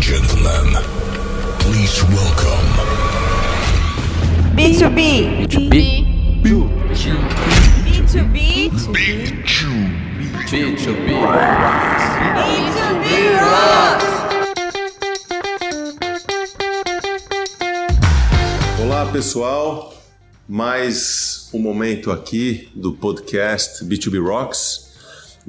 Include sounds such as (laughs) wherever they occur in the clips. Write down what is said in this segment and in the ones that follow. gentlemen, please welcome. B2B. B2B, B2B. Big Chew. B2B, B2B Rocks. Olá pessoal, mais um momento aqui do podcast B2B Rocks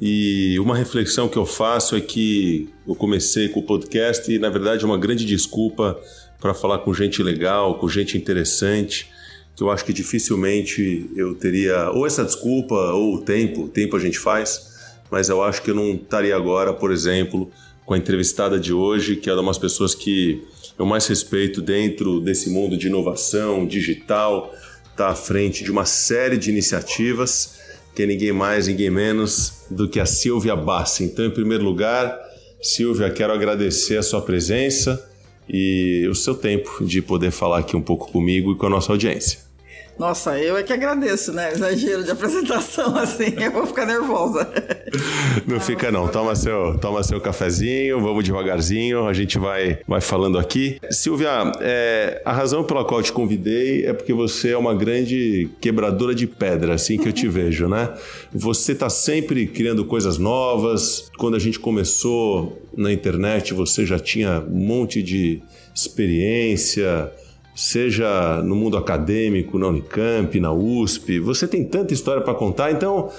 e uma reflexão que eu faço é que eu comecei com o podcast e na verdade é uma grande desculpa para falar com gente legal, com gente interessante, que eu acho que dificilmente eu teria ou essa desculpa ou o tempo, o tempo a gente faz, mas eu acho que eu não estaria agora, por exemplo, com a entrevistada de hoje, que é uma das pessoas que eu mais respeito dentro desse mundo de inovação digital, está à frente de uma série de iniciativas, que é ninguém mais, ninguém menos do que a Silvia Bassi. Então, em primeiro lugar, Silvia, quero agradecer a sua presença e o seu tempo de poder falar aqui um pouco comigo e com a nossa audiência. Nossa, eu é que agradeço, né? Exagero de apresentação (laughs) assim, eu vou ficar nervosa. Não fica não, toma seu, toma seu cafezinho, vamos devagarzinho, a gente vai, vai falando aqui. Silvia, é, a razão pela qual eu te convidei é porque você é uma grande quebradora de pedra, assim que eu te vejo, né? Você está sempre criando coisas novas. Quando a gente começou na internet, você já tinha um monte de experiência, seja no mundo acadêmico, na Unicamp, na USP, você tem tanta história para contar, então,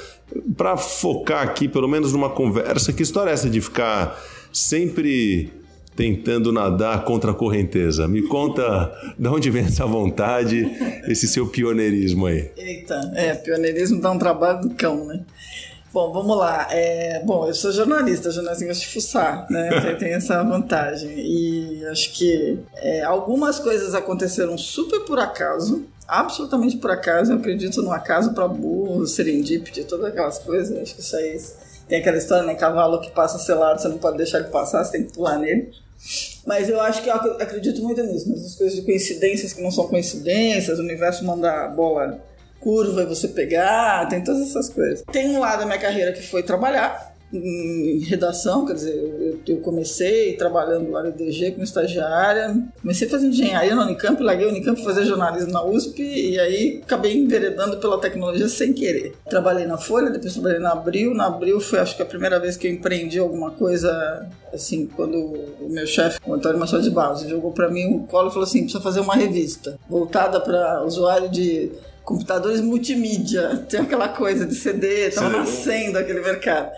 para focar aqui, pelo menos numa conversa, que história é essa de ficar sempre tentando nadar contra a correnteza? Me conta de onde vem essa vontade, esse seu pioneirismo aí. Eita, é, pioneirismo dá um trabalho do cão, né? Bom, vamos lá. É, bom, eu sou jornalista, jornalista gosta de fuçar, né? Tem, tem essa vantagem. E acho que é, algumas coisas aconteceram super por acaso, absolutamente por acaso. Eu acredito no acaso para burro, serendipity, todas aquelas coisas. Acho que isso aí tem aquela história, né? Cavalo que passa selado, você não pode deixar ele passar, você tem que pular nele. Mas eu acho que eu ac- acredito muito nisso, nessas coisas de coincidências que não são coincidências, o universo manda a bola curva e você pegar, tem todas essas coisas. Tem um lado da minha carreira que foi trabalhar em redação, quer dizer, eu, eu comecei trabalhando lá no IDG como estagiária, comecei fazendo engenharia na Unicamp, larguei a Unicamp pra fazer jornalismo na USP e aí acabei enveredando pela tecnologia sem querer. Trabalhei na Folha, depois trabalhei na Abril, na Abril foi acho que a primeira vez que eu empreendi alguma coisa assim, quando o meu chefe, o Antônio Machado de Barros, jogou para mim o colo e falou assim, precisa fazer uma revista voltada para usuário de computadores multimídia, (laughs) tem aquela coisa de CD, estava Sim. nascendo aquele mercado.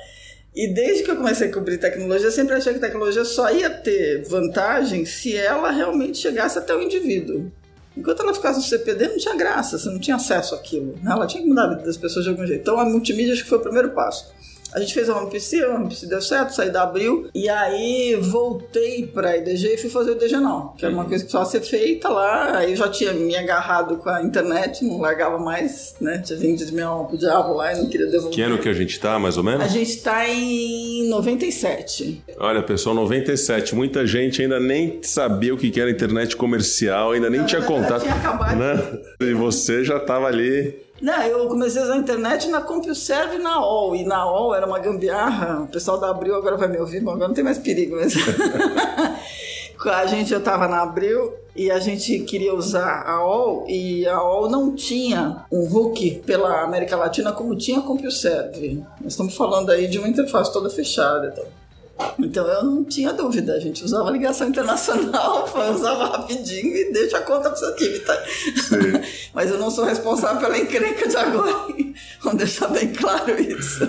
E desde que eu comecei a cobrir tecnologia, eu sempre achei que tecnologia só ia ter vantagem se ela realmente chegasse até o indivíduo. Enquanto ela ficasse no CPD, não tinha graça, você não tinha acesso àquilo. né? Ela tinha que mudar a vida das pessoas de algum jeito. Então a multimídia acho que foi o primeiro passo. A gente fez a OMPC, a OMPC deu certo, saí da Abril, e aí voltei pra IDG e fui fazer o IDG Now, que era Uhum. uma coisa que precisava ser feita lá, aí eu já tinha me agarrado com a internet, não largava mais, né, tinha vendido minha alma pro diabo lá e não queria devolver. Que ano que a gente está, mais ou menos? A gente tá em 97. Olha, pessoal, 97. Muita gente ainda nem sabia o que que era internet comercial, ainda nem Não, tinha eu contato. tinha acabado. né? E você já estava ali. Não, Né, eu comecei a usar a internet na CompuServe e na OL. E na OL era uma gambiarra. O pessoal da Abril agora vai me ouvir, bom, agora não tem mais perigo, mas. (laughs) a gente, eu tava na Abril e a gente queria usar a OL e a OL não tinha um hook pela América Latina como tinha a CompuServe. Nós estamos falando aí de uma interface toda fechada e tal. Então eu não tinha dúvida, a gente usava ligação internacional, (laughs) usava rapidinho e deixa a conta pro seu time, tá? (laughs) Mas eu não sou responsável pela encrenca de agora, hein? vamos deixar bem claro isso.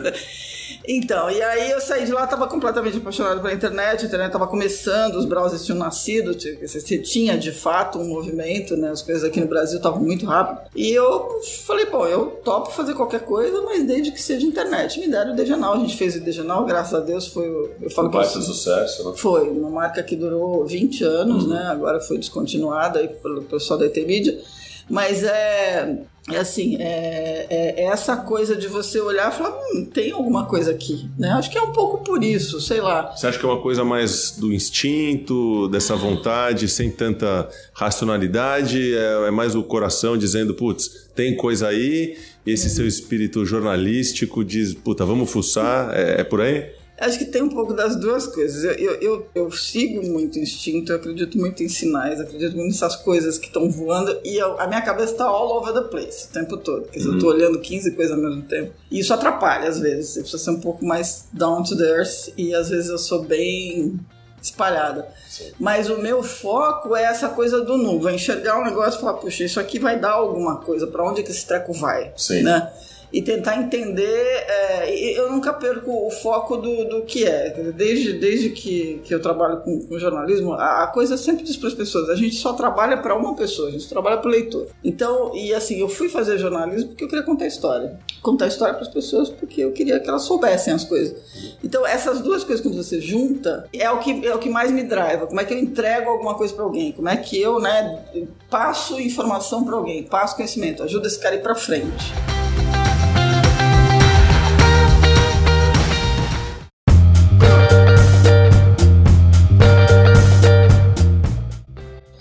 Então, e aí eu saí de lá, tava completamente apaixonado pela internet, a internet tava começando, os browsers tinham nascido, tinha- você tinha de fato um movimento, né? As coisas aqui no Brasil estavam muito rápido. E eu falei, bom, eu topo fazer qualquer coisa, mas desde que seja internet. Me deram o Dejanal, a gente fez o Dejanal, graças a Deus foi o. Eu falo que eu sou- sucesso, né? foi uma marca que durou 20 anos, né? Agora foi descontinuada aí pelo pessoal da ET Media. Mas é, é assim, é, é- é essa coisa de você olhar e falar, hum, tem alguma coisa aqui, né? Acho que é um pouco por isso, sei lá. Você acha que é uma coisa mais do instinto, dessa vontade, sem tanta racionalidade? É, é mais o coração dizendo, putz, tem coisa aí. Esse seu espírito jornalístico diz, puta, vamos fuçar. É, é por aí? Acho que tem um pouco das duas coisas. Eu, eu, eu, eu sigo muito o instinto, eu acredito muito em sinais, acredito muito nessas coisas que estão voando e eu- a minha cabeça está all over the place o tempo todo. Quer dizer, eu estou olhando 15 coisas ao mesmo tempo. E isso atrapalha às vezes. Você precisa ser um pouco mais down to the earth e às vezes eu sou bem espalhada. Mas o meu foco é essa coisa do nu. Vai enxergar um negócio e falar, puxa, isso aqui vai dar alguma coisa, para onde é que esse treco vai? Sim. Né? E tentar entender. é, e- e eu nunca perco o foco do, do que é. Quer dizer, Desde, desde que, que eu trabalho com, com jornalismo, a, a coisa eu sempre diz para as pessoas: a gente só trabalha para uma pessoa, a gente trabalha para o leitor. Então, e assim, eu fui fazer jornalismo porque eu queria contar história. Contar história para as pessoas porque eu queria que elas soubessem as coisas. Então, essas duas coisas, quando você junta, é o que, é o que mais me driva. Como é que eu entrego alguma coisa para alguém? Como é que eu né, passo informação para alguém? Passo conhecimento, ajuda esse cara a ir para frente.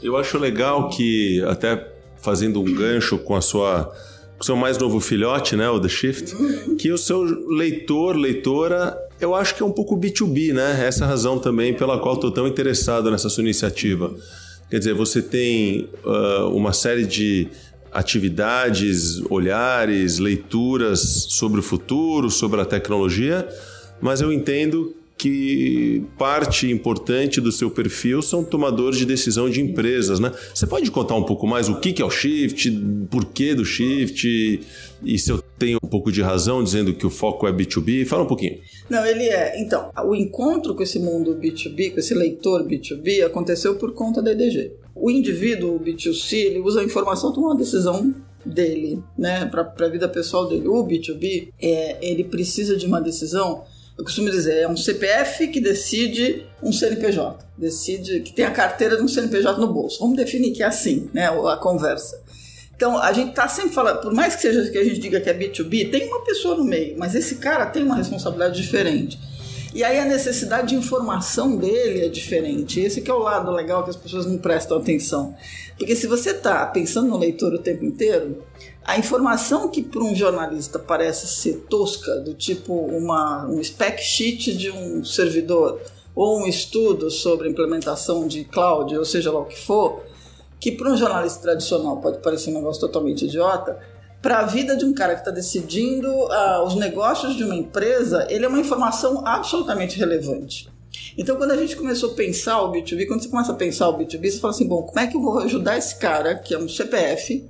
Eu acho legal que, até fazendo um gancho com a sua com o seu mais novo filhote, né, o The Shift, que o seu leitor, leitora, eu acho que é um pouco B2B, né? Essa é a razão também pela qual estou tão interessado nessa sua iniciativa. Quer dizer, você tem ah, uma série de atividades, olhares, leituras sobre o futuro, sobre a tecnologia, mas eu entendo que parte importante do seu perfil são tomadores de decisão de empresas, né? Você pode contar um pouco mais o que que é o Shift, por que do Shift, e se eu tenho um pouco de razão dizendo que o foco é B2B? Fala um pouquinho. Não, ele é. Então, o encontro com esse mundo B2B, com esse leitor B2B, aconteceu por conta da EDG. O indivíduo o B2C, ele usa a informação para uma decisão dele, né, para a vida pessoal dele. O B2B, é, ele precisa de uma decisão. Eu costumo dizer, é um CPF que decide um CNPJ, decide que tem a carteira de um CNPJ no bolso. Vamos definir que é assim, né, a conversa. Então, a gente tá sempre falando, por mais que seja que a gente diga que é B2B, tem uma pessoa no meio, mas esse cara tem uma responsabilidade diferente. E aí a necessidade de informação dele é diferente. Esse que é o lado legal que as pessoas não prestam atenção. Porque se você tá pensando no leitor o tempo inteiro, a informação que para um jornalista parece ser tosca, do tipo uma, um spec sheet de um servidor, ou um estudo sobre implementação de cloud, ou seja lá o que for, que para um jornalista tradicional pode parecer um negócio totalmente idiota, para a vida de um cara que está decidindo ah, os negócios de uma empresa, ele é uma informação absolutamente relevante. Então, quando a gente começou a pensar o B2B, quando você começa a pensar o B2B, você fala assim: bom, como é que eu vou ajudar esse cara, que é um CPF,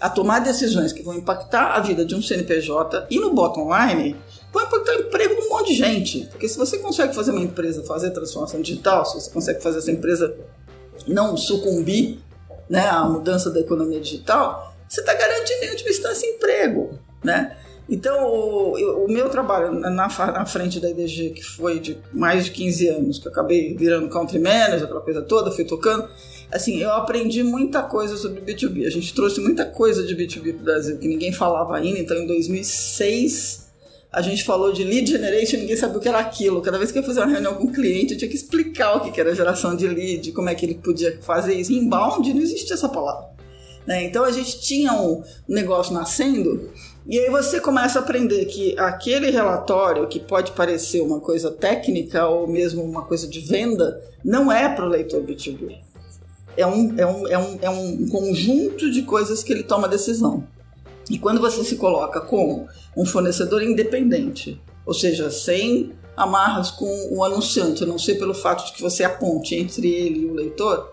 a tomar decisões que vão impactar a vida de um CNPJ e no bottom line vão impactar o emprego de um monte de gente. Porque se você consegue fazer uma empresa fazer transformação digital, se você consegue fazer essa empresa não sucumbir né, à mudança da economia digital, você está garantindo em última instância emprego. Né? Então, o, eu- o meu trabalho na, na fa- na frente da IDG, que foi de mais de 15 anos, que eu acabei virando country manager, aquela coisa toda, fui tocando, assim, eu aprendi muita coisa sobre B2B. A gente trouxe muita coisa de B2B para o Brasil, que ninguém falava ainda. Então, em 2006, a gente falou de lead generation, ninguém sabia o que era aquilo. Cada vez que eu fazia uma reunião com um cliente, eu tinha que explicar o que que era geração de lead, como é que ele podia fazer isso. Inbound não existia essa palavra. né? Então a gente tinha um negócio nascendo, e aí você começa a aprender que aquele relatório, que pode parecer uma coisa técnica ou mesmo uma coisa de venda, não é para o leitor B2B. É um, é, um, é, um, é um conjunto de coisas que ele toma decisão. E quando você se coloca como um fornecedor independente, ou seja, sem amarras com o anunciante, a não ser pelo fato de que você aponte entre ele e o leitor,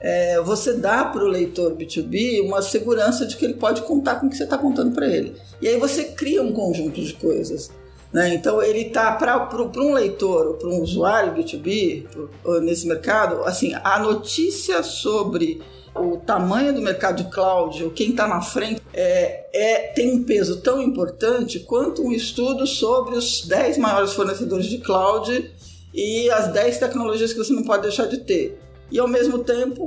é, você dá para o leitor B2B uma segurança de que ele pode contar com o que você está contando para ele. E aí você cria um conjunto de coisas. né? Então ele tá para um leitor ou para um usuário B2B pro- ou nesse mercado, assim, a notícia sobre o tamanho do mercado de cloud, ou quem está na frente, é, é- tem um peso tão importante quanto um estudo sobre os 10 maiores fornecedores de cloud e as 10 tecnologias que você não pode deixar de ter. E ao mesmo tempo,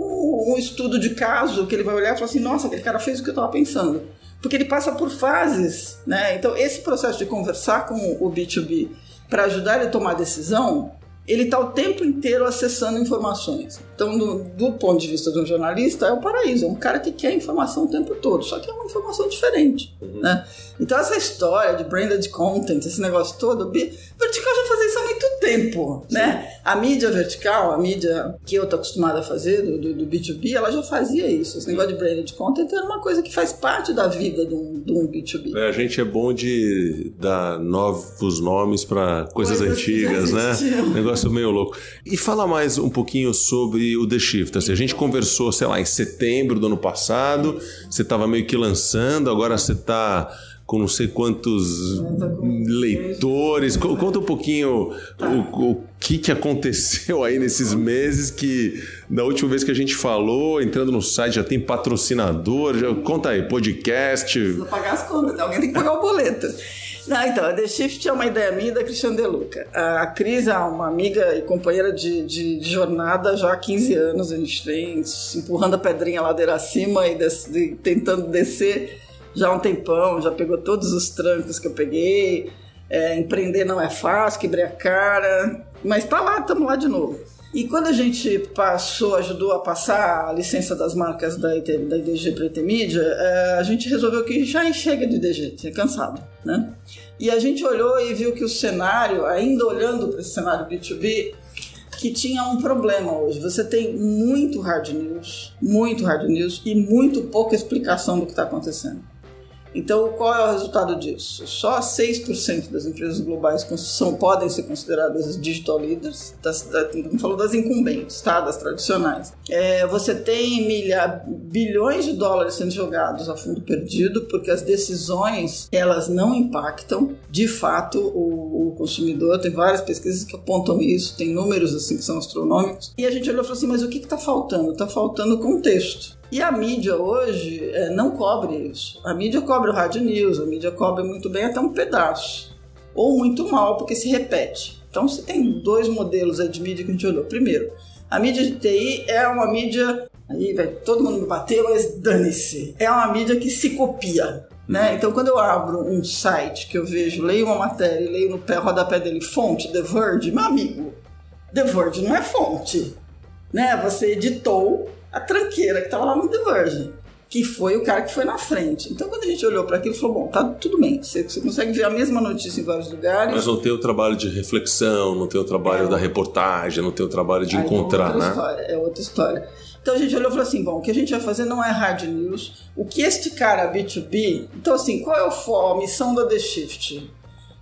um estudo de caso que ele vai olhar e falar assim: nossa, aquele cara fez o que eu estava pensando. Porque ele passa por fases, né? Então, esse processo de conversar com o B2B para ajudar ele a tomar decisão ele está o tempo inteiro acessando informações. Então, do, do ponto de vista de um jornalista, é o paraíso. É um cara que quer informação o tempo todo, só que é uma informação diferente. Né? Então, essa história de branded content, esse negócio todo, bi- vertical já fazia isso há muito tempo, né? A mídia vertical, a mídia que eu tô acostumada a fazer, do, do, do B2B, ela já fazia isso. Esse negócio de branded content era uma coisa que faz parte da vida de um, de um B2B. É, a gente é bom de dar novos nomes para coisas, Coisas que já antigas, né? (laughs) Negócio existiam. meio louco. E fala mais um pouquinho sobre o The Shifters. A gente conversou, sei lá, em setembro do ano passado. Você estava meio que lançando, agora você está com não sei quantos tô Tá com- Tá. leitores. Co- Conta um pouquinho o, o que, que aconteceu aí nesses meses que, da última vez que a gente falou, entrando no site, já tem patrocinador. já- conta aí, podcast. Precisa pagar as contas, né? alguém tem que pagar o boleto. Não, então, a The Shift é uma ideia minha e da Cristiane De Luca. A Cris é uma amiga e companheira de, de- de jornada já há 15 anos, a gente tem empurrando a pedrinha ladeira acima e des- de- tentando descer já há um tempão, já pegou todos os trancos que eu peguei. É, empreender não é fácil, quebrei a cara, mas tá lá, estamos lá de novo. E quando a gente passou, ajudou a passar a licença das marcas da, IT da IDG para a IT Mídia, eh, a gente resolveu que já chega de IDG, tinha cansado, né? E a gente olhou e viu que o cenário, ainda olhando para esse cenário B2B, que tinha um problema hoje. Você tem muito hard news, muito hard news e muito pouca explicação do que está acontecendo. Então, qual é o resultado disso? Só 6% das empresas globais cons- são, podem ser consideradas digital leaders, das, da, não falo das incumbentes, tá? das tradicionais. É, você tem milha, bilhões de dólares sendo jogados a fundo perdido, porque as decisões elas não impactam, de fato, o, o consumidor. Tem várias pesquisas que apontam isso, tem números assim que são astronômicos. E a gente olhou e falou assim, mas o que está faltando? Está faltando contexto. E a mídia hoje eh, não cobre isso. A mídia cobre o hard news, a mídia cobre muito bem até um pedaço. Ou muito mal, porque se repete. Então você tem dois modelos aí de mídia que a gente olhou. Primeiro, a mídia de TI é uma mídia. Aí vai todo mundo me bater, mas dane-se. É uma mídia que se copia. Né? Então, quando eu abro um site que eu vejo, leio uma matéria e leio no pé, rodapé dele, fonte, The Verge, meu amigo, The Verge não é fonte né? Você editou a tranqueira que estava lá no The Virgin, que foi o cara que foi na frente. Então, quando a gente olhou para aquilo, falou: bom, tá tudo bem. Você, você consegue ver a mesma notícia em vários lugares. Mas não tem o trabalho de reflexão, não tem o É. trabalho da reportagem, não tem o trabalho de Aí é encontrar, outra né? História, é outra história. Então a gente olhou e falou assim: bom, o que a gente vai fazer não é hard news. O que este cara B2B. Então, assim, qual é o fo- a missão da The Shift?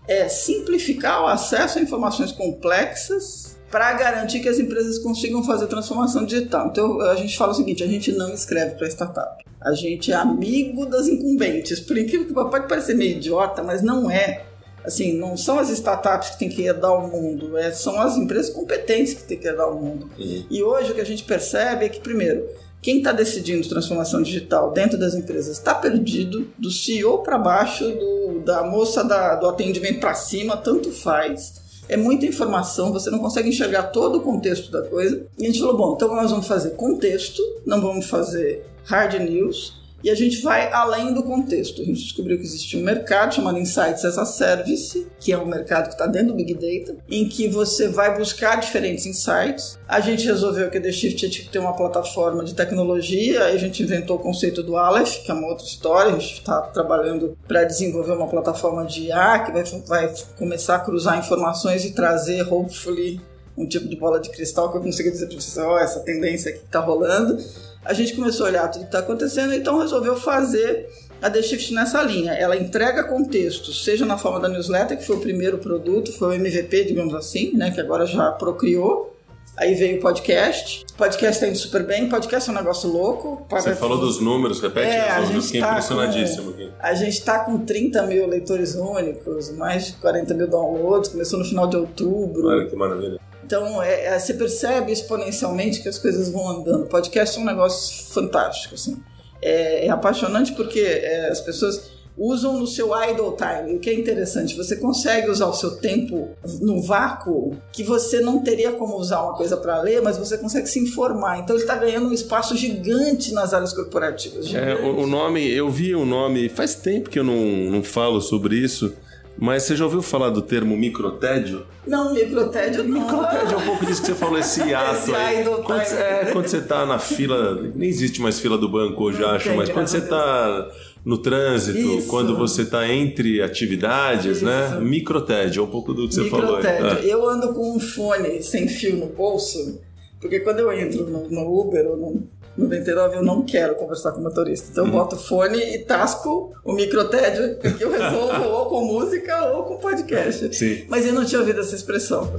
É simplificar o acesso a informações complexas para garantir que as empresas consigam fazer transformação digital. Então a gente fala o seguinte: a gente não escreve para startup. A gente é amigo das incumbentes. Por incrível que pode parecer meio idiota, mas não é. Assim, não são as startups que têm que herdar o mundo, é, são as empresas competentes que têm que herdar o mundo. E hoje o que a gente percebe é que, primeiro, quem está decidindo transformação digital dentro das empresas está perdido, do CEO para baixo, do- da moça da- do atendimento para cima, tanto faz. É muita informação, você não consegue enxergar todo o contexto da coisa. E a gente falou: bom, então nós vamos fazer contexto, não vamos fazer hard news, e a gente vai além do contexto. A gente descobriu que existe um mercado chamado Insights as a Service, que é um mercado que está dentro do Big Data, em que você vai buscar diferentes insights. A gente resolveu que a The Shift tinha que ter uma plataforma de tecnologia, aí a gente inventou o conceito do Aleph, que é uma outra história. A gente está trabalhando para desenvolver uma plataforma de IA que vai, vai começar a cruzar informações e trazer, hopefully, um tipo de bola de cristal que eu consiga dizer para vocês, ó, essa tendência aqui que tá rolando. A gente começou a olhar tudo que tá acontecendo, então resolveu fazer a The Shift nessa linha. Ela entrega contexto, seja na forma da newsletter, que foi o primeiro produto, foi o MVP, digamos assim, né, que agora já procriou. Aí veio o podcast. Podcast tá indo super bem, podcast é um negócio louco. Você falou dos números, repete É, a os números, gente fiquei tá impressionadíssimo aqui. A gente está com 30 mil leitores únicos, mais de 40 mil downloads, começou no final de outubro. Olha que maravilha. Então, é, é, você percebe exponencialmente que as coisas vão andando. Podcast é um negócio fantástico, assim. É, é apaixonante porque é, as pessoas usam no seu idle time, o que é interessante. Você consegue usar o seu tempo no vácuo que você não teria como usar uma coisa para ler, mas você consegue se informar. Então, ele está ganhando um espaço gigante nas áreas corporativas. É, o, o nome, eu vi o nome, faz tempo que eu não, não falo sobre isso, mas você já ouviu falar do termo microtédio? Não, microtédio não. Microtédio é um pouco disso que você falou, esse hiato (laughs) Esse aí. idle Quando, time. é, quando você tá na fila, nem existe mais fila do banco hoje, Não acho, tem, mas quando graças você a tá no trânsito, Isso. quando você está entre atividades, Isso. né? Microtédio, é um pouco do que você falou. aí. Microtédio. É. Eu ando com um fone sem fio no bolso, porque quando eu entro no, no Uber ou no 99, eu não quero conversar com o motorista. Então eu Uhum. boto o fone e tasco o microtédio, que eu resolvo ou com música ou com podcast. Sim. Mas eu não tinha ouvido essa expressão.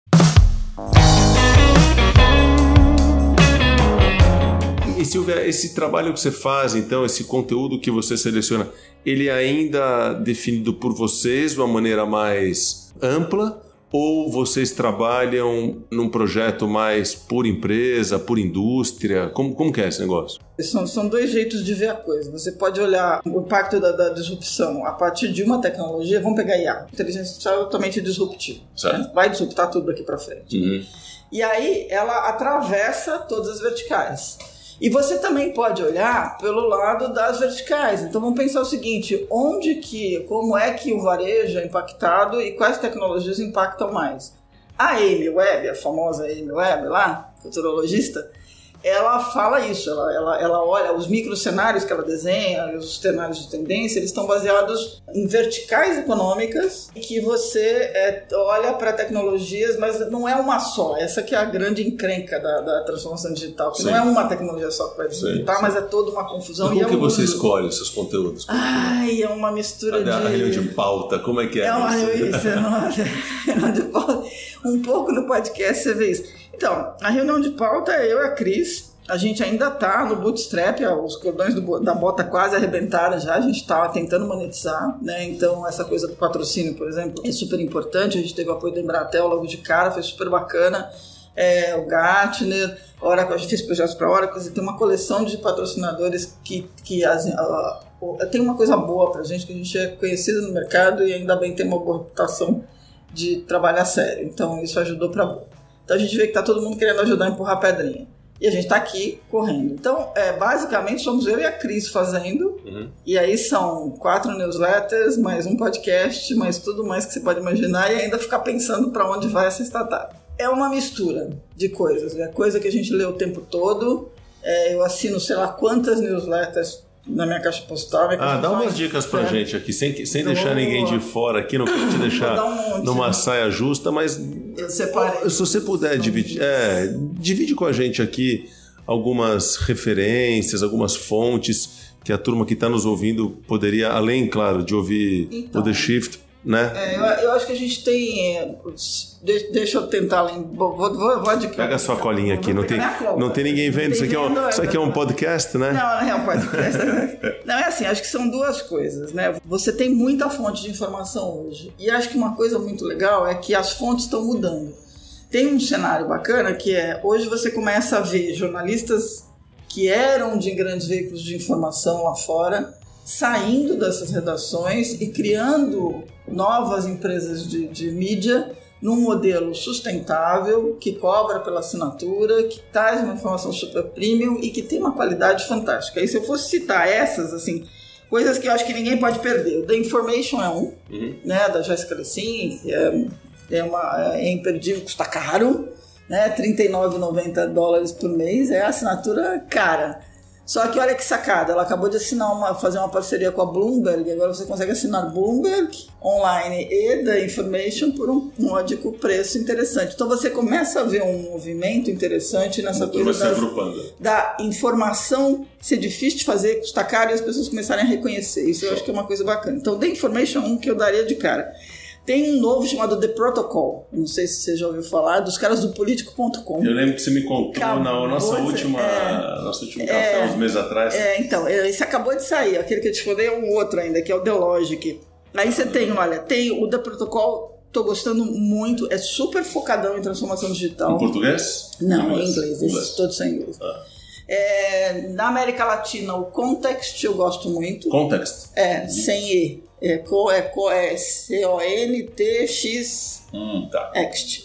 É. E Silvia, esse trabalho que você faz, então, esse conteúdo que você seleciona, ele é ainda definido por vocês de uma maneira mais ampla? Ou vocês trabalham num projeto mais por empresa, por indústria? Como, como que é esse negócio? São, são dois jeitos de ver a coisa. Você pode olhar o impacto da, da disrupção a partir de uma tecnologia. Vamos pegar IA. Inteligência artificial é totalmente disruptiva. Certo. né? Vai disruptar tudo daqui para frente. E aí ela atravessa todas as verticais. E você também pode olhar pelo lado das verticais. Então vamos pensar o seguinte: onde que, como é que o varejo é impactado e quais tecnologias impactam mais? A Amy Webb, a famosa Amy Webb lá, futurologista, ela fala isso, ela, ela, ela olha os micro cenários que ela desenha, os cenários de tendência, eles estão baseados em verticais econômicas que você é, olha para tecnologias, mas não é uma só. Essa que é a grande encrenca da, da transformação digital, que Sim. não é uma tecnologia só que vai disruptar, sim. mas é toda uma confusão. E e é como que um você uso. escolhe os seus conteúdos? Ai, é uma mistura Cadê a reunião de pauta, como é que é? é uma isso? isso, é uma- (laughs) é uma de pauta. Um pouco no podcast você vê isso. Então, a reunião de pauta é eu e a Cris. A gente ainda tá no bootstrap, ó, os cordões do bo- da bota quase arrebentaram já, a gente tá tentando monetizar, né? Então, essa coisa do patrocínio, por exemplo, é super importante. A gente teve o apoio da Embratel logo de cara, foi super bacana. É, o Gartner, Oracle, a gente fez projetos para Oracle, e tem uma coleção de patrocinadores que, que as- a- a- tem uma coisa boa para gente, que a gente é conhecido no mercado e ainda bem tem uma boa reputação de trabalhar sério. Então isso ajudou para Então a gente vê que tá todo mundo querendo ajudar a empurrar a pedrinha. E a gente tá aqui correndo. Então, é, basicamente, somos eu e a Cris fazendo. Uhum. E aí são quatro newsletters, mais um podcast, mais tudo mais que você pode imaginar e ainda ficar pensando para onde vai essa startup. É uma mistura de coisas. É coisa que a gente lê o tempo todo. É, eu assino sei lá quantas newsletters na minha caixa postal. Minha Ah, caixa dá postal é umas dicas pra inferno. gente aqui, sem, que- sem Então, deixar ninguém de vamos lá. fora aqui, não (coughs) quero te deixar dar um monte, numa né? saia justa, mas Eu separei. Então. se você puder São dividir, é, divide com a gente aqui algumas referências, algumas fontes que a turma que está nos ouvindo poderia, além, claro, de ouvir Então. o The Shift, né? É, eu, eu acho que a gente tem. é, os- de- deixa eu tentar lembrar. Vou, vou, vou adquirir. Pega a sua colinha aqui, não tem, não tem ninguém vendo. Isso aqui é um, isso aqui é um podcast, né? Não, não é um podcast. não, é assim, acho que são duas coisas, né? Você tem muita fonte de informação hoje. E acho que uma coisa muito legal é que as fontes estão mudando. Tem um cenário bacana que é hoje você começa a ver jornalistas que eram de grandes veículos de informação lá fora saindo dessas redações e criando novas empresas de, de mídia num modelo sustentável, que cobra pela assinatura, que traz uma informação super premium e que tem uma qualidade fantástica. E se eu fosse citar essas, assim, coisas que eu acho que ninguém pode perder. O The Information é um, Uhum. né, da Jéssica Lecim, é, é, uma, é imperdível, custa caro, né, 39,90 dólares por mês, é assinatura cara. Só que olha que sacada, ela acabou de assinar uma, fazer uma parceria com a Bloomberg, agora você consegue assinar Bloomberg online e The Information por um módico preço interessante. Então você começa a ver um movimento interessante nessa coisa das, agrupando. da informação ser difícil de fazer, custar caro e as pessoas começarem a reconhecer. Isso eu acho que é uma coisa bacana. Então, The Information é um que eu daria de cara. Tem um novo chamado The Protocol. Não sei se você já ouviu falar, dos caras do político.com. lembro que você me contou Acabou, você- é. nosso último É. meses atrás. É, então, é, esse acabou de sair. Aquele que eu te falei é um outro ainda, que é o The Logic. Aí você tem, olha, tem o The Protocol, tô gostando muito, é super focadão em transformação digital. português? Não, em inglês, Ah. esses todos são em inglês. É, na América Latina, o Context eu gosto muito. Context. É, sem E. É, co, é, co, é C-O-N-T-X Hum, tá. Ext.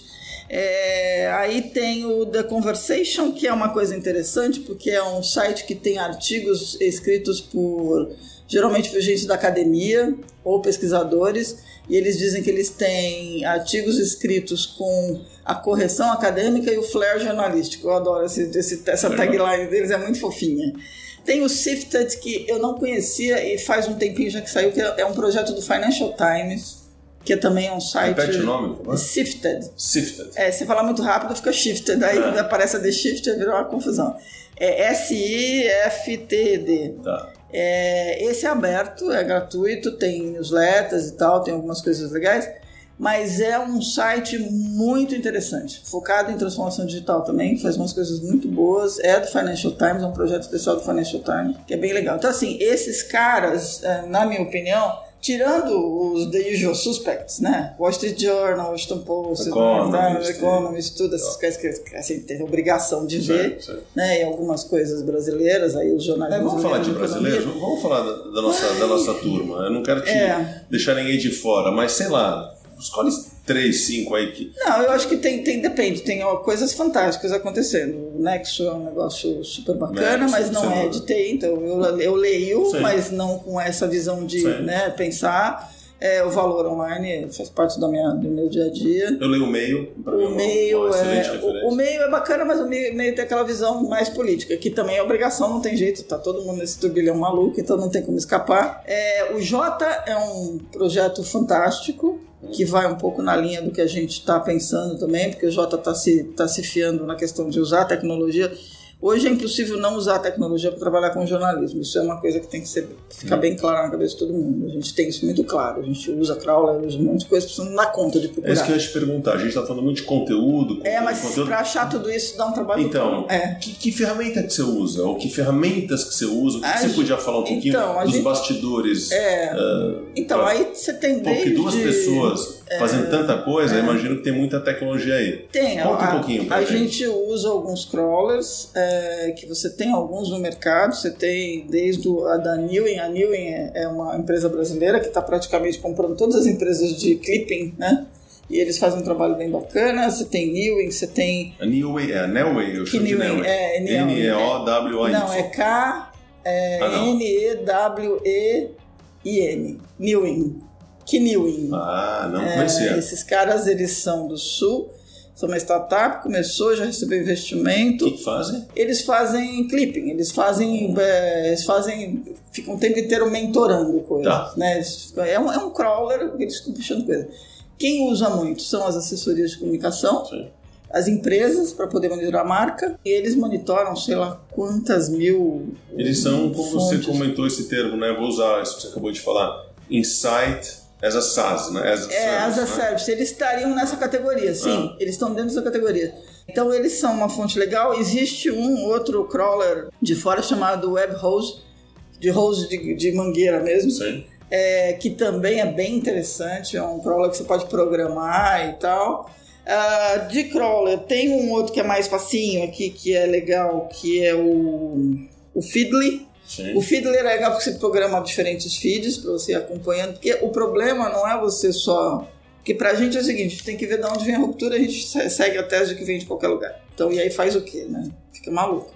É, aí tem o The Conversation, que é uma coisa interessante, porque é um site que tem artigos escritos por geralmente por gente da academia ou pesquisadores, e eles dizem que eles têm artigos escritos com a correção acadêmica e o flair jornalístico. Eu adoro esse, esse, essa tagline deles, é muito fofinha. Tem o Sifted, que eu não conhecia e faz um tempinho já que saiu, que é um projeto do Financial Times, que é também é um site. Repete o nome, por favor. Sifted. Sifted. É, se falar muito rápido fica Shifted, aí Ah. aparece a The Shifted, virou uma confusão. É S-I-F-T-D. Tá. É, esse é aberto, é gratuito, tem newsletters e tal, tem algumas coisas legais, mas é um site muito interessante, focado em transformação digital também, faz umas coisas muito boas, é do Financial Times, é um projeto especial do Financial Times, que é bem legal. Então, assim, esses caras, eh, na minha opinião, tirando os The Usual Suspects, né? Wall Street Journal, Washington Post, Economist. Economist, Economist tudo, essas coisas que assim, tem obrigação de ver, Certo, certo. né? E algumas coisas brasileiras, aí os jornais É, vamos falar de brasileiros brasileiros? Vamos falar da, da nossa, da nossa turma. Eu não quero te É. deixar ninguém de fora, mas sei lá, escolhe três, cinco aí que. Não, eu acho que tem, tem depende, tem ó, coisas fantásticas acontecendo. O Nexo é um negócio super bacana, Nexo, mas não sem é dúvida. de ter, então eu, eu leio, Sim. mas não com essa visão de Sim. né, pensar. É, o valor online faz parte da minha, do meu dia a dia. Eu leio o meio, pra mim é O uma- meio, uma excelente é, referência. o, o meio é bacana, mas o meio, meio tem aquela visão mais política, que também é obrigação, não tem jeito, tá todo mundo nesse turbilhão maluco, então não tem como escapar. É, o Jota é um projeto fantástico, que vai um pouco na linha do que a gente está pensando também, porque o Jota está se, tá se fiando na questão de usar a tecnologia. Hoje é impossível não usar a tecnologia para trabalhar com jornalismo. Isso é uma coisa que tem que ser, ficar bem clara na cabeça de todo mundo. A gente tem isso muito claro. A gente usa crawler, usa um monte de coisa, precisa não dar conta de procurar. É isso que eu ia te perguntar. A gente tá falando muito de conteúdo. conteúdo É, mas conteúdo. pra achar tudo isso dá um trabalho. Então, bom. É. que, que ferramenta que você usa? Ou que ferramentas que você usa? O que, A que você gente- podia falar um pouquinho Então, a dos gente- bastidores? É. ah, Então, aí você tem porque desde... é, duas pessoas fazendo tanta coisa, eu imagino que tem muita tecnologia aí. Tem, Conta a, um pouquinho pra a gente. gente usa alguns crawlers, é, que você tem alguns no mercado, você tem desde o- a da Newin, a Newin é, é uma empresa brasileira que está praticamente comprando todas as empresas de clipping, né? E eles fazem um trabalho bem bacana, você tem Newin, você tem... A Newway, é a Nelway, eu Que chamo de Newway? Nelway. É, Newway. N-E-O-W-A-Y. Não, é K... É, Ah, não. N-E-W-E-I-N. Newin. Que Newin. Ah, não É, conhecia. esses caras, eles são do Sul, são uma startup, começou, já recebeu investimento. O que que fazem? Eles fazem clipping, eles fazem, é, eles fazem, ficam o tempo inteiro mentorando coisas, Tá. né? Eles ficam- É um, é um crawler, eles ficam puxando coisa. Quem usa muito são as assessorias de comunicação, Sim. as empresas para poder monitorar a marca, e eles monitoram sei lá quantas mil. Eles são, como Hum, fontes. você comentou esse termo, né? Vou usar isso que você acabou de falar. Insight as a SaaS, né? As a É, as service, a né? service, eles estariam nessa categoria, sim. Eles estão dentro dessa categoria. Então eles são uma fonte legal. Existe um outro crawler de fora chamado Web Hose, de hose de, de mangueira mesmo, Sim. é, que também é bem interessante. É um crawler que você pode programar e tal. Ah, de crawler, tem um outro que é mais facinho aqui, que é legal, que é o, o Fiddly. Sim. O feed é legal porque você programa diferentes feeds para você ir acompanhando, porque o problema não é você só. Porque pra gente é o seguinte, a gente tem que ver de onde vem a ruptura, a gente se- segue a tese de que vem de qualquer lugar. Então, e aí faz o quê, né? Fica maluco.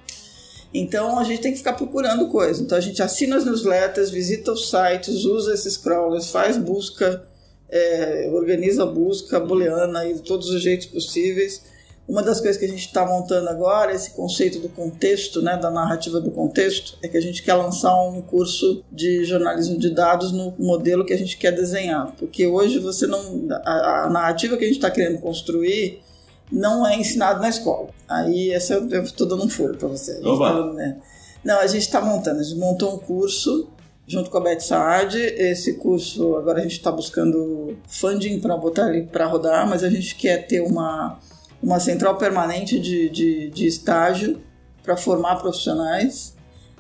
Então a gente tem que ficar procurando coisa. Então a gente assina as newsletters, visita os sites, usa esses crawlers, faz busca, é, organiza a busca booleana e de todos os jeitos possíveis. Uma das coisas que a gente está montando agora, esse conceito do contexto, né, da narrativa do contexto, é que a gente quer lançar um curso de jornalismo de dados no modelo que a gente quer desenhar. Porque hoje você não. A, a narrativa que a gente está querendo construir não é ensinado na escola. Aí essa eu estou dando um furo para você. A gente Oba. tá- né? Não, a gente está montando, a gente montou um curso junto com a Beth Saad. Esse curso agora a gente está buscando funding para botar ele para rodar, mas a gente quer ter uma, uma central permanente de, de, de estágio para formar profissionais.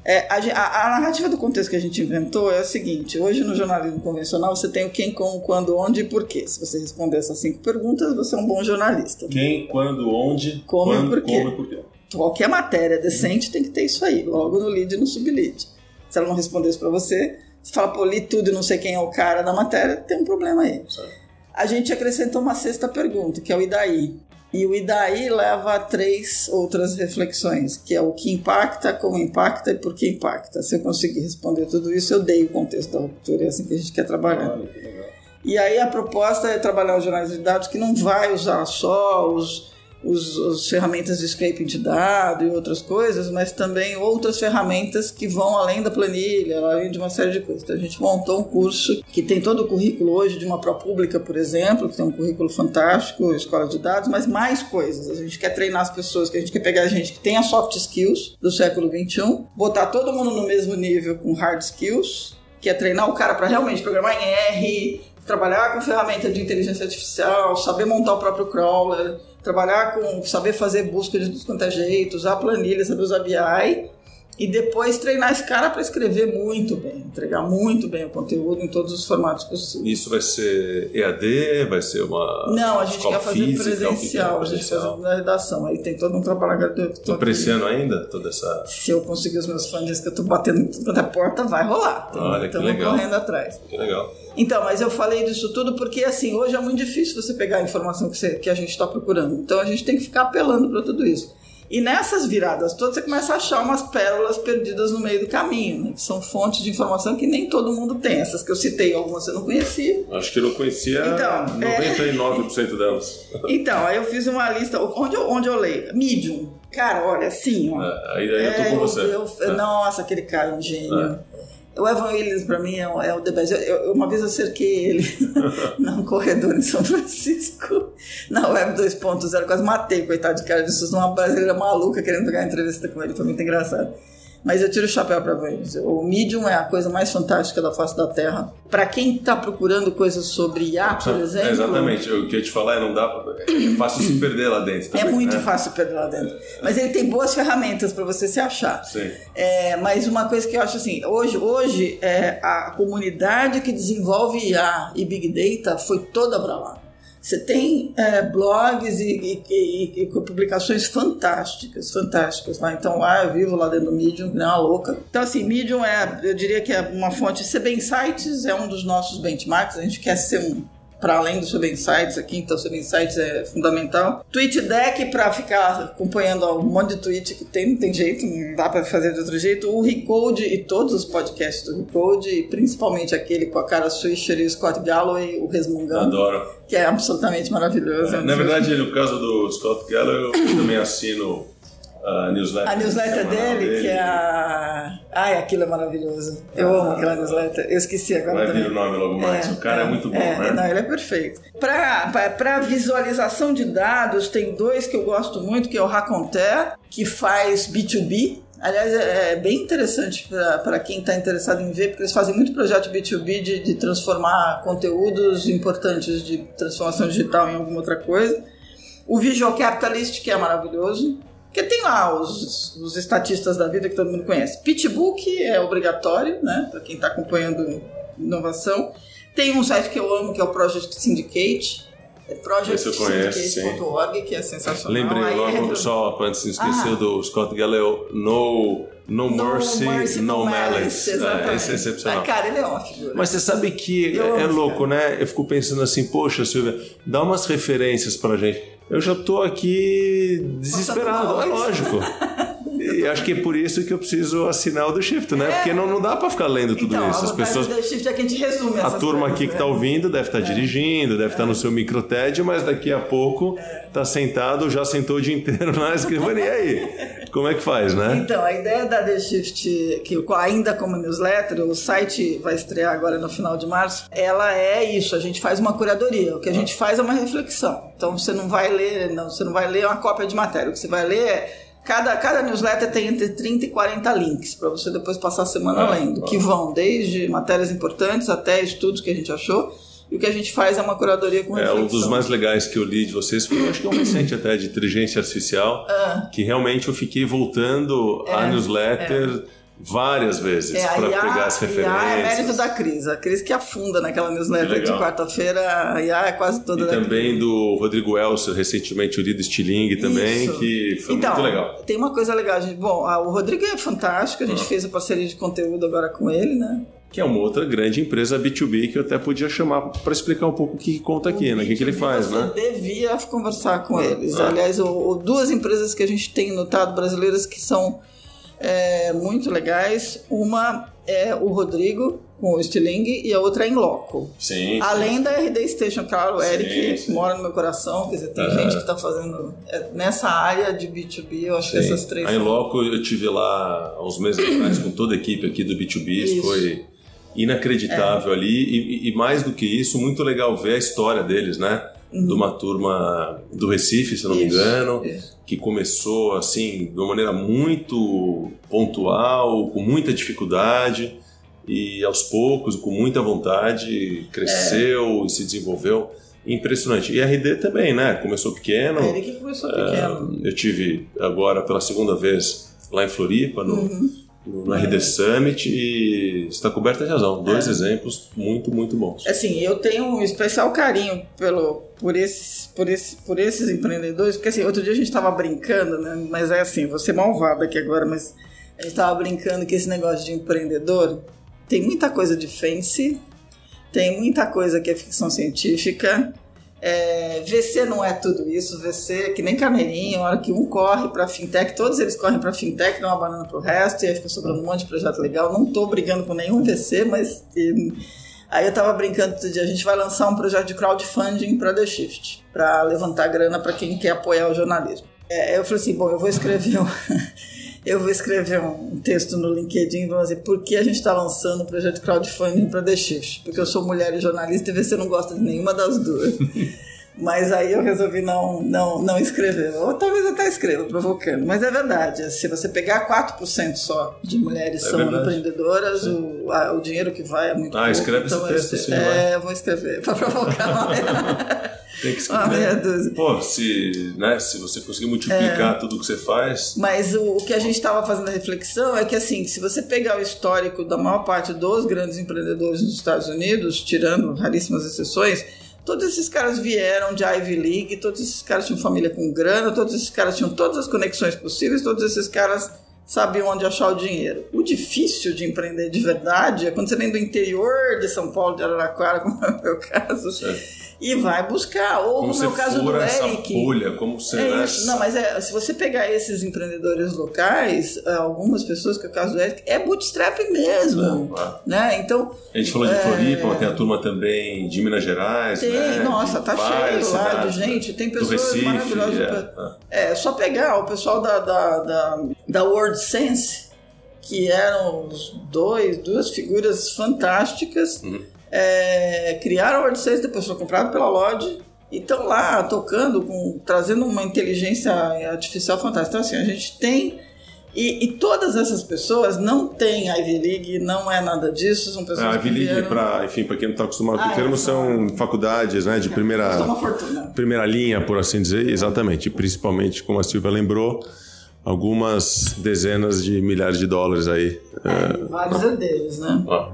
É, a, ge- a- a narrativa do contexto que a gente inventou é a seguinte: hoje no jornalismo convencional você tem o quem, como, quando, onde e porquê. Se você responder essas cinco perguntas, você é um bom jornalista. Quem, quando, onde, Como e quando, por quê? como e por quê. Qualquer matéria decente tem que ter isso aí, logo no lead e no sublid. Se ela não responder isso para você, você fala, pô, li tudo e não sei quem é o cara da matéria, tem um problema aí. Certo. A gente acrescentou uma sexta pergunta, que é o e daí? E o Idaí leva a três outras reflexões, que é o que impacta, como impacta e por que impacta. Se eu conseguir responder tudo isso, eu dei o contexto da ruptura, é assim que a gente quer trabalhar. Olha, que legal. E aí a proposta é trabalhar os jornais de dados que não vai usar só os, os, as ferramentas de scraping de dado e outras coisas, mas também outras ferramentas que vão além da planilha, além de uma série de coisas. Então, a gente montou um curso que tem todo o currículo hoje de uma pró-pública, por exemplo, que tem um currículo fantástico, escola de dados, mas mais coisas. A gente quer treinar as pessoas, que a gente quer pegar gente que tem as soft skills do século XXI, botar todo mundo no mesmo nível com hard skills, que é treinar o cara para realmente programar em R, trabalhar com ferramenta de inteligência artificial, saber montar o próprio crawler, trabalhar com saber fazer busca de tudo quanto é jeito, usar planilha, saber usar BI e depois treinar esse cara para escrever muito bem, entregar muito bem o conteúdo em todos os formatos possíveis. Isso vai ser EAD? Vai ser uma. Não, a gente escola quer fazer física, presencial, o a que que é gente faz presencial? na redação. Aí tem todo um trabalho Tô gratuito. apreciando ainda toda essa. Se eu conseguir os meus fãs que eu tô batendo em tudo quanto é porta, vai rolar. Olha, que Estamos legal. correndo atrás. Que legal. Então, mas eu falei disso tudo porque, assim, hoje é muito difícil você pegar a informação que, você- que a gente está procurando. Então, a gente tem que ficar apelando para tudo isso. E nessas viradas todas, você começa a achar umas pérolas perdidas no meio do caminho, né? que são fontes de informação que nem todo mundo tem. Essas que eu citei, algumas eu não conhecia. Acho que eu não conhecia Então, é. 99% delas. Então, aí eu fiz uma lista. Onde eu, onde eu leio? Medium. Cara, olha, assim, ó. É, Aí, aí eu tô É, com você. eu- eu- É. Nossa, aquele cara é um gênio. O Evan Williams, pra mim, é, o- é o The Best. Eu, eu- uma vez eu cerquei ele (laughs) num corredor em São Francisco, na Web 2.0, quase matei, coitado de cara de susto, uma brasileira maluca querendo pegar uma entrevista com ele, foi muito engraçado. Mas eu tiro o chapéu pra Evan Williams. O Medium é a coisa mais fantástica da face da Terra. Pra quem tá procurando coisas sobre IA, por exemplo, É, exatamente, o que eu ia te falar é não dá. É fácil se perder lá dentro. é também, muito né? fácil perder lá dentro. Mas ele tem boas ferramentas pra você se achar. Sim. É, mas uma coisa que eu acho assim, hoje, hoje é, a comunidade que desenvolve IA e Big Data foi toda para lá. Você tem é, blogs e, e- e- e publicações fantásticas, fantásticas. Lá. Então lá eu vivo lá dentro do Medium, que não é uma louca. Então assim, Medium é, eu diria que é uma fonte. CB Insights é um dos nossos benchmarks. A gente quer ser um para além do Sub Insights aqui, então o Sub Insights é fundamental. Tweet Deck para ficar acompanhando ó, um monte de tweet que tem, não tem jeito, não dá para fazer de outro jeito. O Recode e todos os podcasts do Recode, e principalmente aquele com a cara Swisher e o Scott Galloway, o Resmungando, Adoro. que é absolutamente maravilhoso. É um Na dos- verdade, no caso do Scott Geller, eu também assino a newsletter. a newsletter semanal dele, que é a. Ai, aquilo é maravilhoso. Eu amo aquela newsletter. Eu esqueci agora Vai também. vir o nome logo mais. o cara é, muito bom, é, né? Não, ele é perfeito. Para visualização de dados, tem dois que eu gosto muito, que é o Raconteur, que faz B2B. Aliás, é é bem interessante para quem está interessado em ver, porque eles fazem muito projeto B2B de, de transformar conteúdos importantes de transformação digital em alguma outra coisa. O Visual Capitalist, que é maravilhoso. Porque tem lá os, os estatistas da vida que todo mundo conhece. Pitbook é obrigatório, né? Para quem está acompanhando inovação. Tem um site que eu amo, que é o Project Syndicate. É Esse eu conheço, projectsyndicate.org, que é sensacional. Lembrei Aí é logo, entra- só antes de esquecer Ah. do Scott Galeo, No, no, No Mercy, No Malice. É, exatamente. esse é excepcional. Ah, cara, ele é uma figura. Mas você sabe que Eu é, é amo, louco, né? Eu fico pensando assim, poxa, Silvia, dá umas referências pra gente. Eu já tô aqui desesperado, é Passando mal. (laughs) lógico. E acho que é por isso que eu preciso assinar o do Shift, né? Porque não, não dá pra ficar lendo tudo É. então, isso. a As vantagem pessoas. do Shift é que a gente resume A essas turma coisas, aqui que né? tá ouvindo deve estar dirigindo, deve estar no seu microtédio, mas daqui a pouco É. tá sentado, já sentou o dia inteiro (laughs) na escrivania. E aí? Como é que faz, né? Então, a ideia da The Shift, que eu- ainda como newsletter, o site vai estrear agora no final de março, ela é isso, a gente faz uma curadoria, o que a gente faz é uma reflexão. Então você não vai ler, não, você não vai ler uma cópia de matéria, o que você vai ler é Cada, cada newsletter tem entre 30 e 40 links para você depois passar a semana Ah, lendo, que vão desde matérias importantes até estudos que a gente achou. E o que a gente faz é uma curadoria com É, reflexão. um dos mais legais que eu li de vocês foi, eu acho que é um recente até, de inteligência artificial, Ah. que realmente eu fiquei voltando à newsletter várias vezes É, a para IA pegar as a IA é mérito referências. da Cris. A Cris que afunda naquela Que newsletter de legal. quarta-feira. A IA é quase toda E da também do Rodrigo Elcio, recentemente o Lido Stiling também, Isso. que foi então, muito legal. Ah. Tem uma coisa legal, gente. Bom, a- o Rodrigo é fantástico, a gente fez a parceria de conteúdo agora com ele, né? que é uma outra grande empresa B2B que eu até podia chamar para explicar um pouco o que conta aqui, né? O que, que ele faz, Então, você né? Ah, devia conversar com eles. Aliás, o, o- duas empresas que a gente tem notado brasileiras que são é, muito legais. Uma é o Rodrigo, com o Stiling, e a outra é em Loco. Sim. Além da RD Station, claro, o Eric sim. mora no meu coração. Quer dizer, tem gente que tá fazendo é, nessa área de B2B, eu acho que essas três. Aí são- logo eu tive lá há uns meses atrás com toda a equipe aqui do B2B, Isso. É. foi inacreditável ali e, e- e mais do que isso, muito legal ver a história deles, né? De uma turma do Recife, se eu não me Uhum. Isso, engano, isso. que começou assim de uma maneira muito pontual, com muita dificuldade e aos poucos, com muita vontade, cresceu e se desenvolveu. Impressionante. E a RD também, né? Começou pequeno. Ah, O Eric É, começou pequeno. Eu tive agora pela segunda vez lá em Floripa, no, no, no RD Summit, e está coberta de razão. Dois exemplos muito, muito bons. Assim, eu tenho um especial carinho pelo, por, esses, por, esse, por esses empreendedores, porque assim, outro dia a gente estava brincando, né? Mas é assim, vou ser malvada aqui agora, mas a gente estava brincando que esse negócio de empreendedor tem muita coisa de fancy, tem muita coisa que é ficção científica. É, VC não é tudo isso, VC é que nem carneirinho, a hora que um corre para fintech, todos eles correm para fintech, dão uma banana pro resto, e aí fica sobrando um monte de projeto legal. Não tô brigando com nenhum VC, mas e, aí eu tava brincando outro dia, a gente vai lançar um projeto de crowdfunding para The Shift, para levantar grana para quem quer apoiar o jornalismo. É, eu falei assim, bom, eu vou escrever um, (laughs) eu vou escrever um texto no LinkedIn e vou dizer por que a gente está lançando o projeto de crowdfunding para The Shift, porque eu sou mulher e jornalista e você não gosta de nenhuma das duas. Mas aí eu resolvi não, não, não escrever. Ou talvez até escreva, provocando. Mas é verdade. Se você pegar 4% só de mulheres É são verdade. empreendedoras, o, a- o dinheiro que vai é muito Ah, pouco. escreve esse eu- texto, sim, É, eu vou escrever, para provocar (laughs) uma meia- Tem que uma meia escrever. dúzia. Pô, se, né, se você conseguir multiplicar tudo que você faz, Mas o, o que a gente estava fazendo a reflexão é que, assim, se você pegar o histórico da maior parte dos grandes empreendedores nos Estados Unidos, tirando raríssimas exceções, todos esses caras vieram de Ivy League, todos esses caras tinham família com grana, todos esses caras tinham todas as conexões possíveis, todos esses caras sabiam onde achar o dinheiro. O difícil de empreender de verdade é quando você vem do interior de São Paulo, de Araraquara, como é o meu caso, e vai buscar, ou como no você meu caso do fura essa Eric. bolha, como você... né, É isso. Não, mas é, se você pegar esses empreendedores locais, ah, algumas pessoas, que é o caso do Eric, é bootstrap mesmo. Ah, Né? Então, A gente falou de Floripa, mas tem a turma também de Minas Gerais, tem, né, de nossa, tá várias cheio lá de cidades, né, gente, tem do pessoas Recife, maravilhosas. é, pra- ah. É, é só pegar o pessoal da, da, da, da World Sense, que eram os dois, duas figuras fantásticas, Uhum. é, criaram a World Sense, depois foi comprado pela Lodge, e estão lá tocando, com, trazendo uma inteligência artificial fantástica. Então, assim, a gente tem. E, e todas essas pessoas não têm Ivy League, não é nada disso, são pessoas A que Ah, Ivy League, vieram- pra, enfim, para quem não está acostumado com o Ah, termo, é. são faculdades né, de primeira, Custou é uma fortuna. primeira linha, por assim dizer, exatamente. Principalmente, como a Silvia lembrou, algumas dezenas de milhares de dólares aí. É, Vários é deles, né? ó.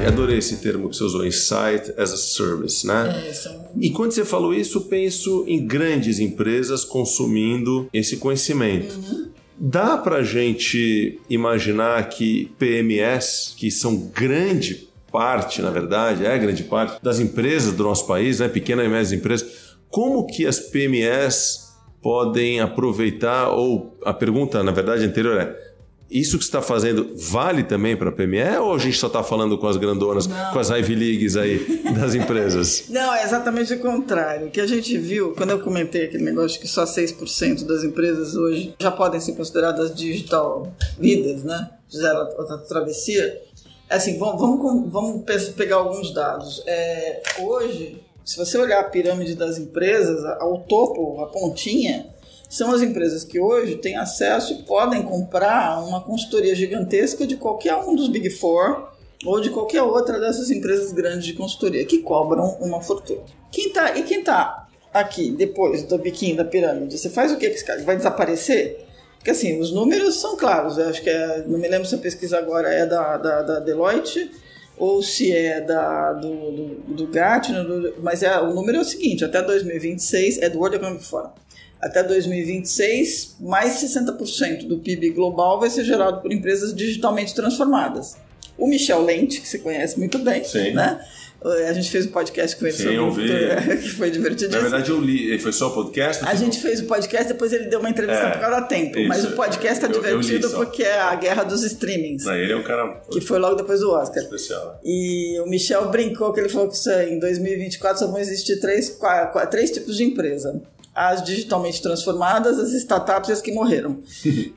E Adorei esse termo que você usou, Insight as a Service, né? É, são E quando você falou isso, eu penso em grandes empresas consumindo esse conhecimento. Dá pra gente imaginar que PMS, que são grande parte, na verdade, é grande parte das empresas do nosso país, né, pequenas e médias empresas, como que as PMS podem aproveitar ou a pergunta, na verdade, anterior é isso que você está fazendo vale também para a PME ou a gente só está falando com as grandonas, com as Ivy Leagues aí (laughs) das empresas? Não, é exatamente o contrário. O que a gente viu, quando eu comentei aquele negócio que só 6% das empresas hoje já podem ser consideradas digital leaders, né? Fizeram a, a travessia. Assim, vamos, vamos, com- vamos pe- pegar alguns dados. É, hoje, se você olhar a pirâmide das empresas, a- ao topo, a pontinha, são as empresas que hoje têm acesso e podem comprar uma consultoria gigantesca de qualquer um dos Big Four ou de qualquer outra dessas empresas grandes de consultoria que cobram uma fortuna. Quem tá, e quem tá aqui depois do biquinho da pirâmide, você faz o que com esse cara? Vai desaparecer? Porque assim, os números são claros. Eu acho que é, não me lembro se a pesquisa agora é da, da, da Deloitte ou se é da, do, do, do Gartner, do, mas é, o número é o seguinte, até 2026 é do World Economic Forum. Até 2026, mais 60% do PIB global vai ser gerado por empresas digitalmente transformadas. O Michel Lente, que você conhece muito bem, Sim. né? A gente fez um podcast com ele Sim, sobre eu o vi. futuro, (laughs) que foi divertidíssimo. Na verdade, eu li. Foi só podcast? A gente fez o podcast, depois ele deu uma entrevista É, por causa do tempo. isso. mas o podcast é Eu- eu li divertido só. porque é a guerra dos streamings, Não, ele é um cara que foi logo depois do Oscar. especial. né? E o Michel brincou que ele falou que isso aí, em 2024 só vão existir três, qua- qua- três tipos de empresa. As digitalmente transformadas, as startups e as (laughs) que morreram.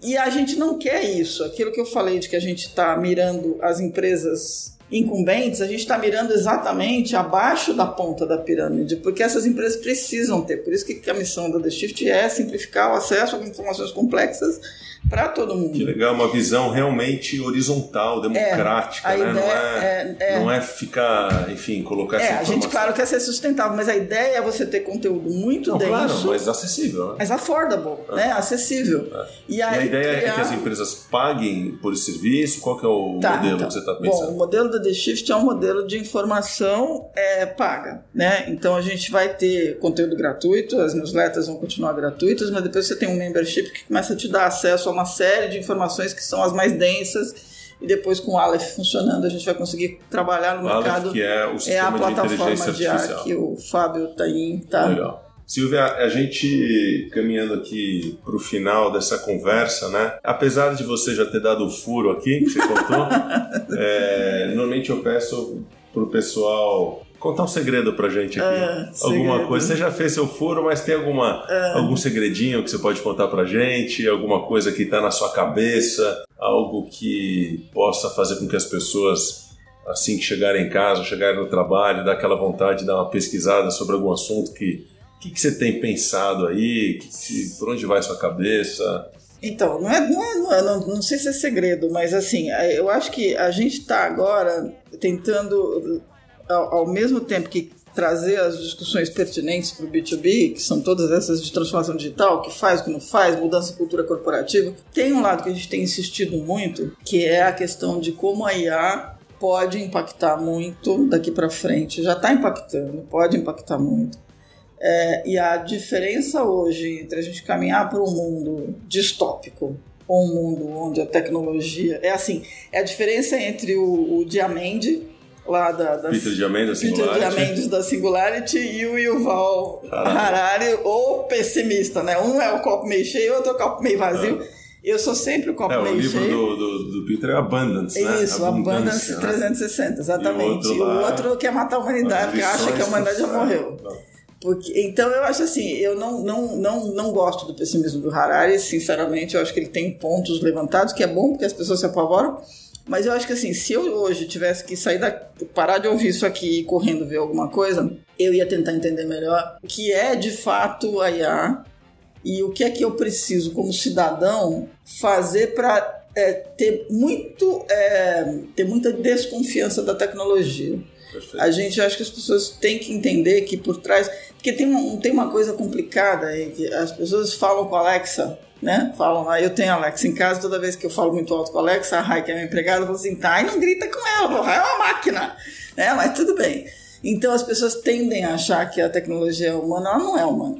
e a gente não quer isso. Aquilo que eu falei de que a gente está mirando as empresas incumbentes, a gente está mirando exatamente abaixo da ponta da pirâmide, porque essas empresas precisam ter. Por isso que a missão da The Shift é simplificar o acesso a informações complexas para todo mundo. Que legal, uma visão realmente horizontal, democrática, É, a né? não, ideia é, é- é- não é ficar, enfim, colocar É, essa a gente, informação. claro, quer ser sustentável, mas a ideia é você ter conteúdo muito não, denso, claro, mas... mas acessível, né? affordable, né? Acessível. E, E aí, a ideia é criar- que as empresas paguem por esse serviço? Qual que é o Tá, modelo então. que você está Bom, o pensando? modelo da The Shift é um modelo de informação é, paga, né? Então a gente vai ter conteúdo gratuito, as newsletters vão continuar gratuitas, mas depois você tem um membership que começa a te dar acesso a uma série de informações que são as mais densas. E depois com o Aleph funcionando, a gente vai conseguir trabalhar no Aleph, mercado. que é o a sistema de plataforma inteligência de ar artificial. que o Fábio Taim tá Legal. Silvia, a gente caminhando aqui para o final dessa conversa, né? Apesar de você já ter dado o furo aqui, que você (laughs) contou, é, normalmente eu peço pro pessoal contar um segredo pra gente aqui. Ah, alguma segredo. Ah. coisa. Você já fez seu furo, mas tem alguma, algum segredinho que você pode contar pra gente? Alguma coisa que tá na sua cabeça? Algo que possa fazer com que as pessoas assim que chegarem em casa, chegarem no trabalho, dar aquela vontade de dar uma pesquisada sobre algum assunto que o que, que você tem pensado aí? Que- que- por onde vai sua cabeça? Então, não é, não, é- não, é- não- não sei se é segredo, mas assim, a- eu acho que a gente está agora tentando, ao, ao mesmo tempo que trazer as discussões pertinentes para o B2B, que são todas essas de transformação digital, o que faz, o que não faz, mudança de cultura corporativa, tem um lado que a gente tem insistido muito, que é a questão de como a IA pode impactar muito daqui para frente, já está impactando, pode impactar muito. É, e a diferença hoje entre a gente caminhar para um mundo distópico, ou um mundo onde a tecnologia. É assim, é a diferença entre o, o Diamandi, lá da. da Peter de Amenda, Peter singular. Diamandis da Singularity e o Yuval Harari, ou pessimista, né? Um é o copo meio cheio, outro é o copo meio vazio. Eu sou sempre o copo É, o meio livro cheio. do, do, do Peter é Abundance, né? Isso, Abundance, né? 360, E exatamente. o outro E o lá- outro quer matar a humanidade, As porque acha que a lições humanidade já do- morreu. Porque, então eu acho assim, eu não, não, não, não gosto do pessimismo do Harari, sinceramente, eu acho que ele tem pontos levantados, que é bom porque as pessoas se apavoram. Mas eu acho que assim, se eu hoje tivesse que sair da. parar de ouvir isso aqui e ir correndo ver alguma coisa, eu ia tentar entender melhor o que é de fato a IA e o que é que eu preciso como cidadão fazer para ter muito é, ter muita desconfiança da tecnologia. É, Perfeito. A gente acha que as pessoas têm que entender que por trás. Porque tem uma, tem uma coisa complicada aí, que as pessoas falam com a Alexa, né? Falam lá, eu tenho a Alexa em casa, toda vez que eu falo muito alto com a Alexa, a Rai, que é minha empregada, fala assim, tá, e não grita com ela, porra, é uma máquina, né? Mas tudo bem. Então as pessoas tendem a achar que a tecnologia é humana, ela não é humana.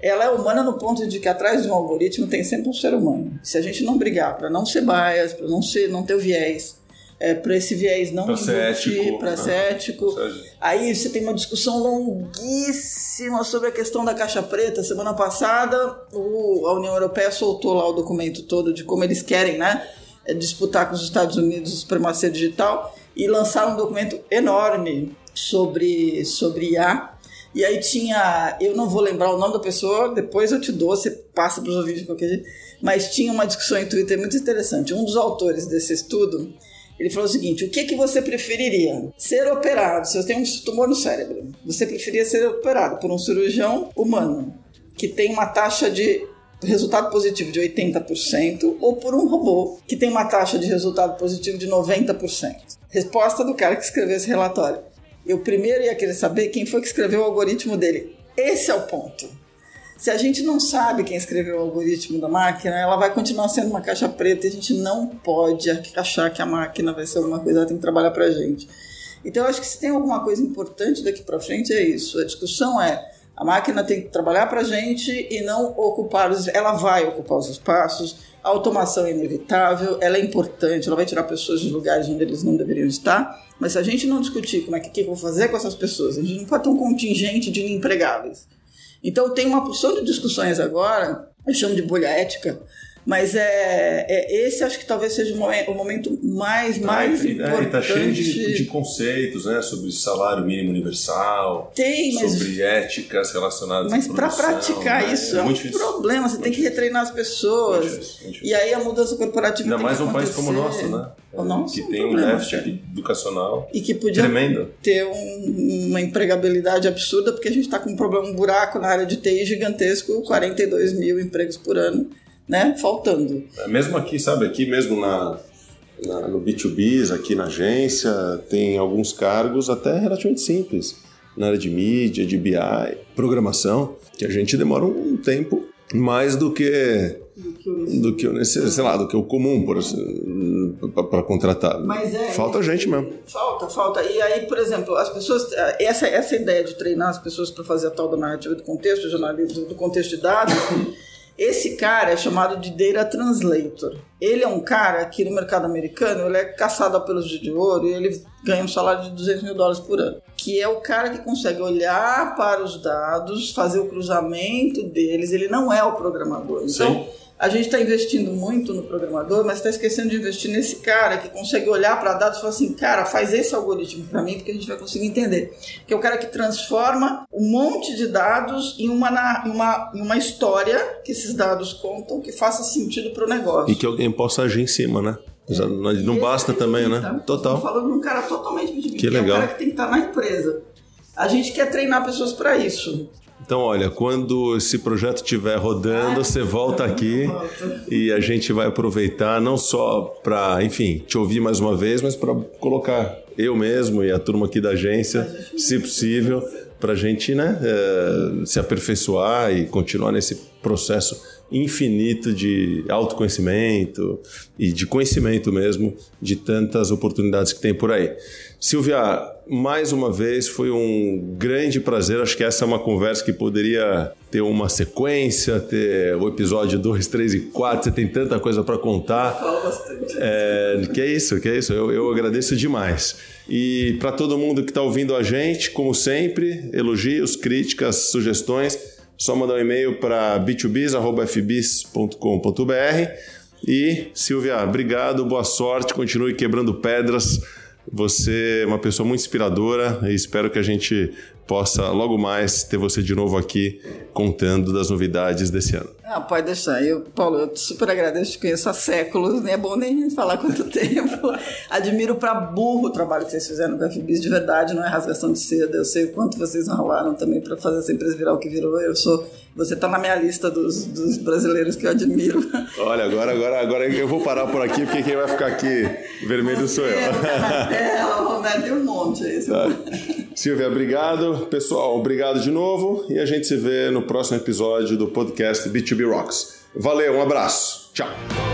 Ela é humana no ponto de que atrás de um algoritmo tem sempre um ser humano. Se a gente não brigar para não ser bias, para não ser, não ter o viés, para esse viés não Pra ser ético, para né? ser ético, Aí você tem uma discussão longuíssima sobre a questão da caixa preta. Semana passada, o- a União Europeia soltou lá o documento todo de como eles querem, né? eh, Disputar com os Estados Unidos a supremacia digital e lançaram um documento enorme sobre, sobre IA. E aí tinha, eu não vou lembrar o nome da pessoa, depois eu te dou, você passa para os ouvintes de qualquer jeito, mas tinha uma discussão em Twitter muito interessante. Um dos autores desse estudo, ele falou o seguinte, o que, que você preferiria? Ser operado, se você tem um tumor no cérebro, você preferia ser operado por um cirurgião humano, que tem uma taxa de resultado positivo de 80%, ou por um robô, que tem uma taxa de resultado positivo de 90%. Resposta do cara que escreveu esse relatório. Eu primeiro ia querer saber quem foi que escreveu o algoritmo dele. Esse é o ponto. Se a gente não sabe quem escreveu o algoritmo da máquina, ela vai continuar sendo uma caixa preta e a gente não pode achar que a máquina vai ser alguma coisa, ela tem que trabalhar para a gente. Então, eu acho que se tem alguma coisa importante daqui para frente, é isso. A discussão é a máquina tem que trabalhar para a gente e não ocupar os. Ela vai ocupar os espaços. A automação é inevitável, ela é importante, ela vai tirar pessoas de lugares onde eles não deveriam estar. Mas se a gente não discutir como é que, que eu vou fazer com essas pessoas, a gente não pode ter um contingente de empregáveis. Então tem uma porção de discussões agora, eu chamo de bolha ética, mas é, é, esse acho que talvez seja o momento, o momento mais, mais Ai, importante. é, tá cheio de, de conceitos, né? Sobre salário mínimo universal, Tem, mas, sobre éticas relacionadas mas à para produção, praticar né? isso é é, um muito difícil. problema. Você Muito tem que retreinar as Muito pessoas. difícil, muito E difícil. aí a mudança corporativa Ainda tem mais que um país como o nosso, acontecer. né? O nosso é que um tem um problema, déficit cara. educacional E que podia tremendo. ter um- uma empregabilidade absurda, porque a gente está com um problema, um buraco na área de TI gigantesco, 42 mil empregos por ano, né? Faltando. É, Mesmo aqui, sabe? Aqui mesmo na, na- no B2B, aqui na agência, tem alguns cargos até relativamente simples. Na área de mídia, de BI, programação, que a gente demora um tempo mais do que do que o necess- sei lá, do que o comum para contratar. Mas é- Falta gente mesmo. Falta, falta. E aí, por exemplo, as pessoas. eh, Essa, essa ideia de treinar as pessoas para fazer a tal da narrativa do contexto, jornalismo, do contexto (laughs) de dados, esse cara é chamado de Data Translator. Ele é um cara que no mercado americano ele é caçado a pelos de ouro e ele ganha um salário de 200 mil dólares por ano. Que é o cara que consegue olhar para os dados, fazer o cruzamento deles. Ele não é o programador. Então, Sim. a gente está investindo muito no programador, mas está esquecendo de investir nesse cara que consegue olhar para dados e falar assim, cara, faz esse algoritmo para mim, porque a gente vai conseguir entender. Que é o cara que transforma um monte de dados em uma, na- em uma, em uma história que esses dados contam que faça sentido para o negócio. E que alguém possa agir em cima, né? Já Não não Esse basta é também, ele, né? tá? Total. Tô falando de um cara totalmente B2B, Que é um legal. cara que tem que estar na empresa. A gente quer treinar pessoas para isso. Então, olha, quando esse projeto estiver rodando, você volta aqui Volta. e a gente vai aproveitar não só para, enfim, te ouvir mais uma vez, mas para colocar eu mesmo e a turma aqui da agência, se possível, para a gente né, eh, se aperfeiçoar e continuar nesse processo infinito de autoconhecimento e de conhecimento mesmo de tantas oportunidades que tem por aí. Silvia, mais uma vez foi um grande prazer. Acho que essa é uma conversa que poderia ter uma sequência, ter o episódio 2, 3 e 4. Você tem tanta coisa para contar. Falo bastante. É, que é isso, que é isso. Eu, eu agradeço demais. E para todo mundo que está ouvindo a gente, como sempre, elogios, críticas, sugestões, só mandar um e-mail para bitubis.fbis.com.br. E, Silvia, obrigado, boa sorte, continue quebrando pedras. Você é uma pessoa muito inspiradora e espero que a gente possa logo mais ter você de novo aqui contando das novidades desse ano. Ah, pode deixar. Eu, Paulo, eu super agradeço, te conheço há séculos, nem é bom nem (laughs) a gente falar quanto tempo. Admiro pra burro o trabalho que vocês fizeram com a FBIS, de verdade, não é rasgação de seda. Eu sei o quanto vocês ralaram também pra fazer essa empresa virar o que virou. Eu sou. Você tá na minha lista dos, dos brasileiros que eu admiro. Olha, agora, agora, agora eu vou parar por aqui, porque quem vai ficar aqui vermelho sou eu. É, Cartel, Roberto, tem um monte aí. Tá. Silvia, obrigado. Pessoal, obrigado de novo. E a gente se vê no próximo episódio do podcast B2B Rocks. Valeu, um abraço. Tchau.